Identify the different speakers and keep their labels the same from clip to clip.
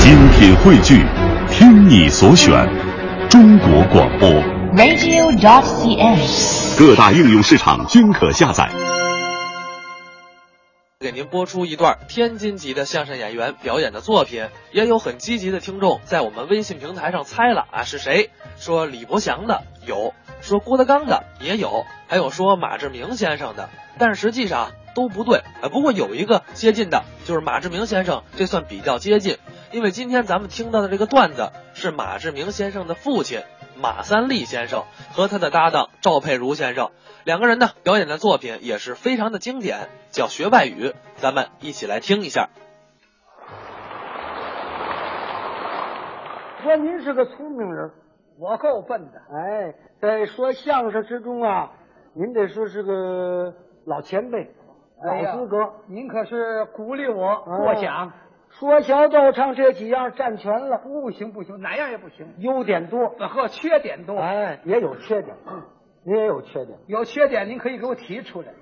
Speaker 1: 精品汇聚，听你所选，中国广播。
Speaker 2: radio.cn。
Speaker 1: 各大应用市场均可下载。
Speaker 3: 给您播出一段天津籍的相声演员表演的作品，也有很积极的听众在我们微信平台上猜了啊是谁，说李伯祥的有，说郭德纲的也有，还有说马志明先生的，但是实际上啊都不对啊。不过有一个接近的，就是马志明先生，这算比较接近，因为今天咱们听到的这个段子是马志明先生的父亲马三立先生和他的搭档赵佩茹先生。两个人呢表演的作品也是非常的经典，叫《学外语》，咱们一起来听一下。
Speaker 4: 说您是个聪明人，我够笨的。哎，在说相声之中啊，您得说是个老前辈，
Speaker 5: 哎呀
Speaker 4: 老资格。
Speaker 5: 您可是鼓励我
Speaker 4: 过
Speaker 5: 过
Speaker 4: 奖
Speaker 5: 奖，
Speaker 4: 说小逗唱这几样占全了，
Speaker 5: 不行不行，哪样也不行。
Speaker 4: 优点多，
Speaker 5: 呵，缺点多，
Speaker 4: 哎，也有缺点，您也有缺点，
Speaker 5: 有缺点您可以给我提出来。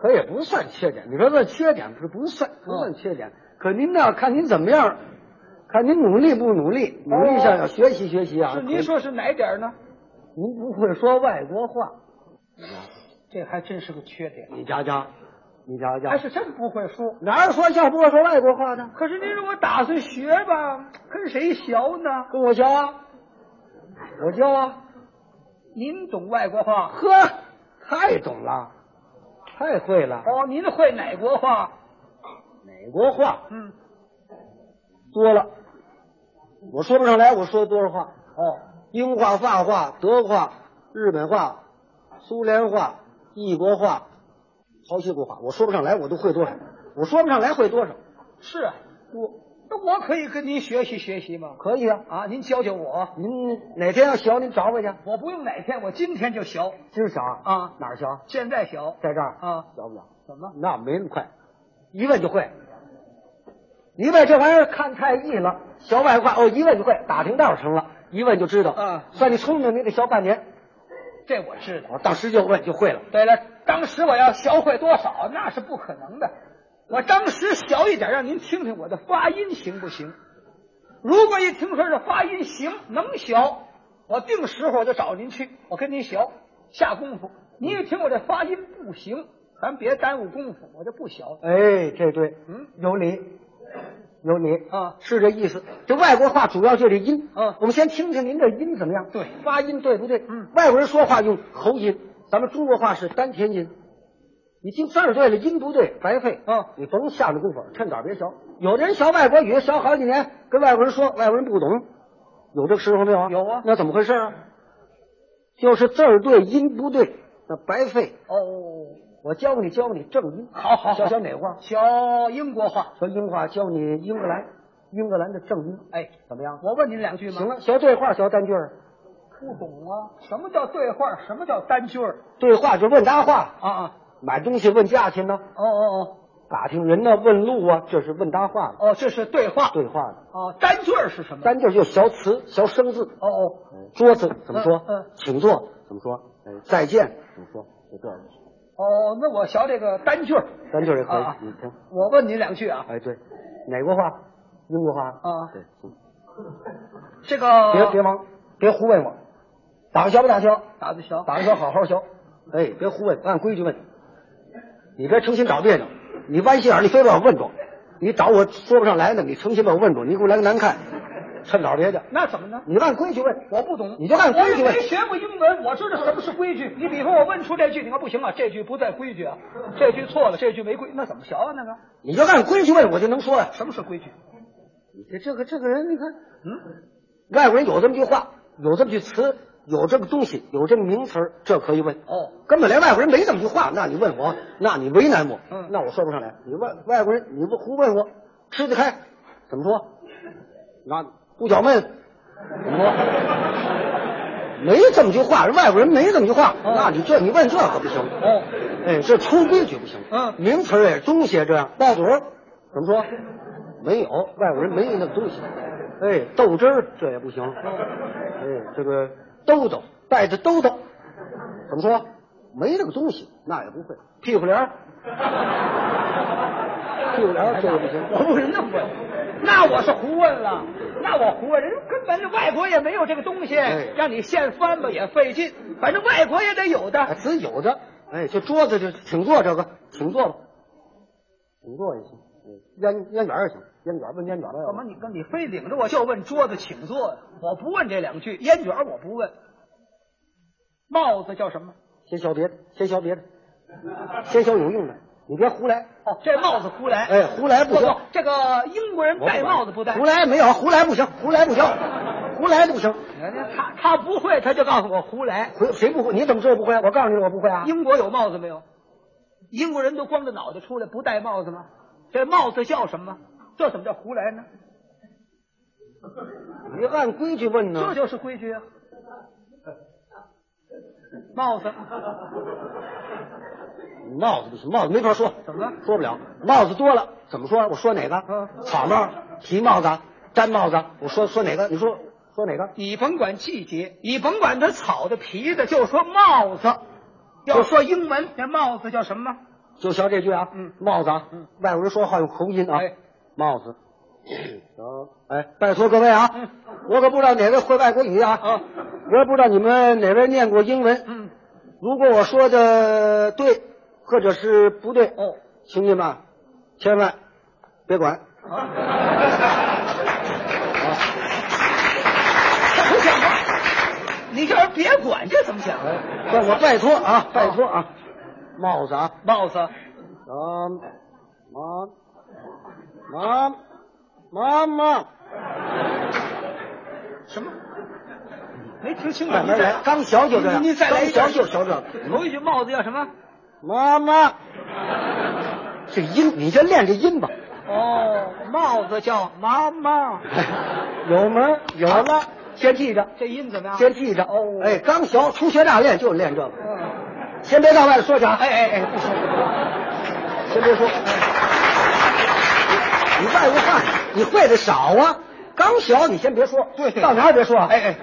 Speaker 4: 可也不算缺点。你别论缺点，不是不算
Speaker 5: 嗯
Speaker 4: 不算缺点。可您呢，看您怎么样，看您努力不努力，努力一下要学习学习啊。
Speaker 5: 哦是您说是哪点儿呢？
Speaker 4: 您不会说外国话，
Speaker 5: 这还真是个缺点，
Speaker 4: 你瞧瞧，你瞧瞧，
Speaker 5: 还是真不会说。
Speaker 4: 哪有说相声说外国话的？
Speaker 5: 可是您如果打算学吧，跟谁学呢？
Speaker 4: 跟我学啊，我教啊。
Speaker 5: 您懂外国话
Speaker 4: 呵，太懂了，太会了。
Speaker 5: 哦，您会哪国话？
Speaker 4: 美国话
Speaker 5: 嗯，
Speaker 4: 多了，我说不上来，我说多少话？
Speaker 5: 哦，
Speaker 4: 英话、法话、德话、日本话、苏联话、异国话、好几国话，我说不上来，我都会多少？我说不上来会多少？
Speaker 5: 是啊，我那我可以跟您学习学习吗？
Speaker 4: 可以啊，
Speaker 5: 啊，您教教我，
Speaker 4: 您哪天要学，您找我去。
Speaker 5: 我不用哪天，我今天就学，
Speaker 4: 今儿学
Speaker 5: 啊
Speaker 4: 哪儿学？
Speaker 5: 现在学。
Speaker 4: 在这儿
Speaker 5: 啊
Speaker 4: 学不了。
Speaker 5: 怎么？
Speaker 4: 那没那么快，一问就会。一问这玩意儿看太易了，学外快哦，一问就会，打听道儿成了，一问就知道。
Speaker 5: 嗯
Speaker 4: 算你聪明，你得学半年，
Speaker 5: 这我知道。
Speaker 4: 我当时就问就会了。
Speaker 5: 对了，当时我要学会多少，那是不可能的。我当时学一点，让您听听我的发音行不行？如果一听说这发音行，能学，我定时候我就找您去，我跟您学下功夫。您一听我这发音不行，咱别耽误功夫，我就不学。
Speaker 4: 哎，这对，
Speaker 5: 嗯，
Speaker 4: 有理，有理
Speaker 5: 啊
Speaker 4: 是这意思。这外国话主要就这音，
Speaker 5: 嗯
Speaker 4: 我们先听听您这音怎么样？
Speaker 5: 对
Speaker 4: 发音对不对？
Speaker 5: 嗯，
Speaker 4: 外国人说话用喉音，咱们中国话是丹田音。你听字儿对了，音不对，白费
Speaker 5: 嗯
Speaker 4: 你甭下那功夫，趁早别学。有的人学外国语，学好几年，跟外国人说，外国人不懂，有这个时候没有啊？
Speaker 5: 有啊
Speaker 4: 那怎么回事啊？就是字儿对，音不对，那白费。
Speaker 5: 哦，
Speaker 4: 我教给你，教给你正音。
Speaker 5: 好好好
Speaker 4: 学学哪话？
Speaker 5: 学英国话。
Speaker 4: 说英话教你英格兰，英格兰的正音，
Speaker 5: 哎，
Speaker 4: 怎么样？
Speaker 5: 我问您两句吗？
Speaker 4: 行，了，学对话，学单句儿，
Speaker 5: 不懂啊，什么叫对话？什么叫单句儿？
Speaker 4: 对话就问搭话，
Speaker 5: 啊啊，
Speaker 4: 买东西问价钱呢，
Speaker 5: 哦哦哦
Speaker 4: 打听人呢，问路啊，这是问搭话的，
Speaker 5: 哦，这是对话。
Speaker 4: 对话的。
Speaker 5: 哦，单句儿是什么？
Speaker 4: 单句儿就学词，学生字。嗯
Speaker 5: 哦哦，
Speaker 4: 桌子怎么说？
Speaker 5: 嗯嗯嗯
Speaker 4: 请坐怎么说？哎再见怎么说？就这样，
Speaker 5: 哦，那我学这个单句儿。
Speaker 4: 单句儿也可以
Speaker 5: 啊。
Speaker 4: 你听，
Speaker 5: 我问您两句啊，
Speaker 4: 哎，对，哪国话？英国话
Speaker 5: 啊
Speaker 4: 对，行
Speaker 5: 这个
Speaker 4: 别别忙，别胡问我，打个学不打学？
Speaker 5: 打字学，
Speaker 4: 打个球好好学，哎，别胡问，按规矩问，你别成心找别扭，你弯心眼儿，你非把我问住，你找我说不上来的，你成心把我问住，你给我来个难看，趁早别去，
Speaker 5: 那怎么呢？
Speaker 4: 你按规矩问，
Speaker 5: 我不懂，
Speaker 4: 你就按规矩
Speaker 5: 我
Speaker 4: 问
Speaker 5: 也没学过英文，我知道什么是规矩。你比方我问出这句，你看不行啊，这句不在规矩啊，这句错了，这句没规，那怎么学啊？那个
Speaker 4: 你就按规矩问，我就能说呀、
Speaker 5: 什么是规矩？
Speaker 4: 你这这个这个人，你看
Speaker 5: 嗯，
Speaker 4: 外国人有这么句话，有这么句词，有这个东西，有这个名词儿，这可以问。
Speaker 5: 哦，
Speaker 4: 根本连外国人没这么句话，那你问我，那你为难我，
Speaker 5: 嗯
Speaker 4: 那我说不上来。你问外国人，你不胡问我，吃得开，怎么说？那不搅闷，怎么说？没这么句话，人外国人没这么句话，
Speaker 5: 哦
Speaker 4: 那你这你问这可不行。
Speaker 5: 哦，
Speaker 4: 哎，这出规矩不行。
Speaker 5: 嗯
Speaker 4: 名词儿也中些这样，爆肚儿怎么说？没有，外国人没那个东西。哎，豆汁儿这也不
Speaker 5: 嗯
Speaker 4: 行。哎，这个兜兜带着兜兜，怎么说？没那个东西，那也不会。屁股帘儿，屁股帘儿这也不行。
Speaker 5: 我不是那么问，那我是胡问了，那我胡问，人家根本外国也没有这个东西，
Speaker 4: 哎
Speaker 5: 让你现翻吧也费劲，反正外国也得有
Speaker 4: 哎，
Speaker 5: 的。
Speaker 4: 只有的，哎，这桌子就请坐这个，请坐吧，请坐也行，嗯烟烟卷也行，烟卷问烟卷吧，要
Speaker 5: 怎
Speaker 4: 不
Speaker 5: 么你跟你非领着我就问桌子请坐呀？我不问这两句，烟卷我不问，帽子叫什么？
Speaker 4: 先削别的，先削别的，先削有用的，你别胡来，
Speaker 5: 哦，这帽子胡来。
Speaker 4: 哎，胡来不
Speaker 5: 不
Speaker 4: 行
Speaker 5: 不，，这个英国人
Speaker 4: 我不
Speaker 5: 戴
Speaker 4: 管
Speaker 5: 帽子不戴。
Speaker 4: 胡来没有，胡来不行，胡来不行，胡来的不行，
Speaker 5: 人家他他不会，他就告诉我胡来。
Speaker 4: 胡谁不会？你怎么知道不会？我告诉你，我不会啊，
Speaker 5: 英国有帽子没有？英国人都光着脑袋出来，不戴帽子吗？这帽子叫什么？这怎么叫胡来呢？
Speaker 4: 你按规矩问
Speaker 5: 这
Speaker 4: 呢，
Speaker 5: 就是规矩啊。帽子
Speaker 4: 帽子不行，帽子没法说，
Speaker 5: 怎么了？
Speaker 4: 说不了，帽子多了怎么说？我说哪个？
Speaker 5: 嗯
Speaker 4: 草帽、皮帽子、毡帽子，我说说哪个？你说说哪个？
Speaker 5: 你甭管季节，你甭管它草的、皮的，就说帽子。要说英文，那帽子叫什么？
Speaker 4: 就学这句啊，
Speaker 5: 嗯
Speaker 4: 帽子啊，
Speaker 5: 嗯
Speaker 4: 外国人说话用口音啊，
Speaker 5: 哎
Speaker 4: 帽子。 行，哎，拜托各位啊，
Speaker 5: 嗯
Speaker 4: 我可不知道哪位会外国语啊，
Speaker 5: 啊
Speaker 4: 我也不知道你们哪位念过英文。
Speaker 5: 嗯，
Speaker 4: 如果我说的对，或者是不对，
Speaker 5: 哦，
Speaker 4: 兄弟们，千万别管，
Speaker 5: 这不像话！你叫人别管，这怎么讲？
Speaker 4: 但我拜托
Speaker 5: 嗯
Speaker 4: 啊，拜托啊，帽子啊，
Speaker 5: 帽子，
Speaker 4: 妈妈妈妈妈，
Speaker 5: 什么？没听清楚。
Speaker 4: 慢慢来，哎刚学就这样，
Speaker 5: 您您再来一
Speaker 4: 刚
Speaker 5: 遍
Speaker 4: 学就学这个。
Speaker 5: 头一句帽子叫什么？
Speaker 4: 妈妈，这音你就练这音 吧。
Speaker 5: 哦，帽子叫妈妈。
Speaker 4: 有门有了，先记着，
Speaker 5: 这音怎么样？
Speaker 4: 先记着。
Speaker 5: 哦
Speaker 4: 哎，刚学初学乍练就练这个，
Speaker 5: 嗯，
Speaker 4: 先别到外头说去啊。
Speaker 5: 哎哎哎，不说
Speaker 4: 先别说。你外国话你会的少啊，刚学你先别说，
Speaker 5: 对
Speaker 4: 到哪儿也别说啊。
Speaker 5: 哎哎，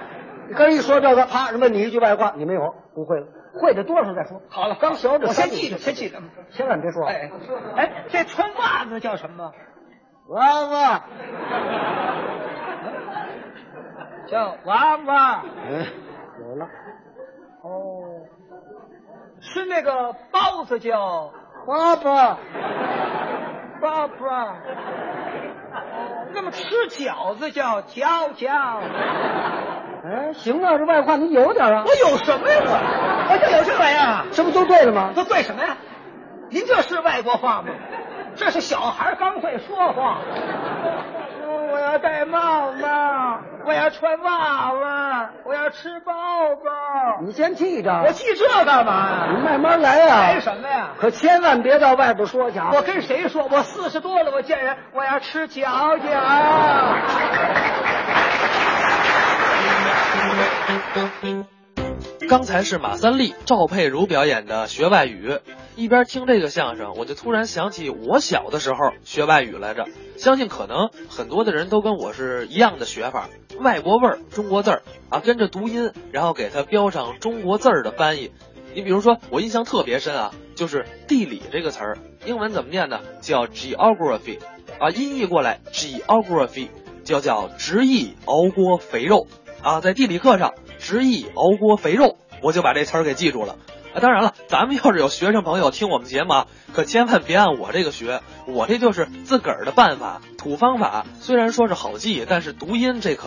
Speaker 4: 你跟人一说这个，啪，人问你一句外国话，你没有，不会了，会的多少再说。
Speaker 5: 好了，
Speaker 4: 刚学这，
Speaker 5: 我先记着，先记着。，
Speaker 4: 千万别说啊。
Speaker 5: 哎哎，这穿袜子叫什么？
Speaker 4: 娃娃，
Speaker 5: 叫娃娃。
Speaker 4: 嗯，有了，
Speaker 5: 哦，吃那个包子叫
Speaker 4: 爸爸。
Speaker 5: 爸爸。那么吃饺子叫饺饺。
Speaker 4: 哎，行啊，这外话你有点啊
Speaker 5: 我，有什么呀？我我就有这玩意儿啊。
Speaker 4: 这不都对了吗？
Speaker 5: 都对什么呀？您这是外国话吗？这是小孩刚会说话。哦我要戴帽子，我要穿袜子，我要吃包包。
Speaker 4: 你先记着，
Speaker 5: 我记这干嘛
Speaker 4: 你
Speaker 5: 呀？
Speaker 4: 慢慢来
Speaker 5: 来
Speaker 4: 啊，
Speaker 5: 什么呀？
Speaker 4: 可千万别到外边说去啊。
Speaker 5: 我跟谁说？我四十多了，我见人我要吃饺饺。
Speaker 3: 刚才是马三立、赵佩茹表演的学外语。一边听这个相声，我就突然想起我小的时候学外语来着。相信可能很多的人都跟我是一样的学法，外国味儿、中国字儿啊，跟着读音，然后给它标上中国字儿的翻译。你比如说，我印象特别深啊，就是地理这个词儿，英文怎么念呢？叫 geography，啊，音译过来 geography 就叫直译熬锅肥肉啊，在地理课上直译熬锅肥肉，我就把这词儿给记住了。啊，当然了，咱们要是有学生朋友听我们节目啊，可千万别按我这个学，我这就是自个儿的办法、土方法。虽然说是好记，但是读音这可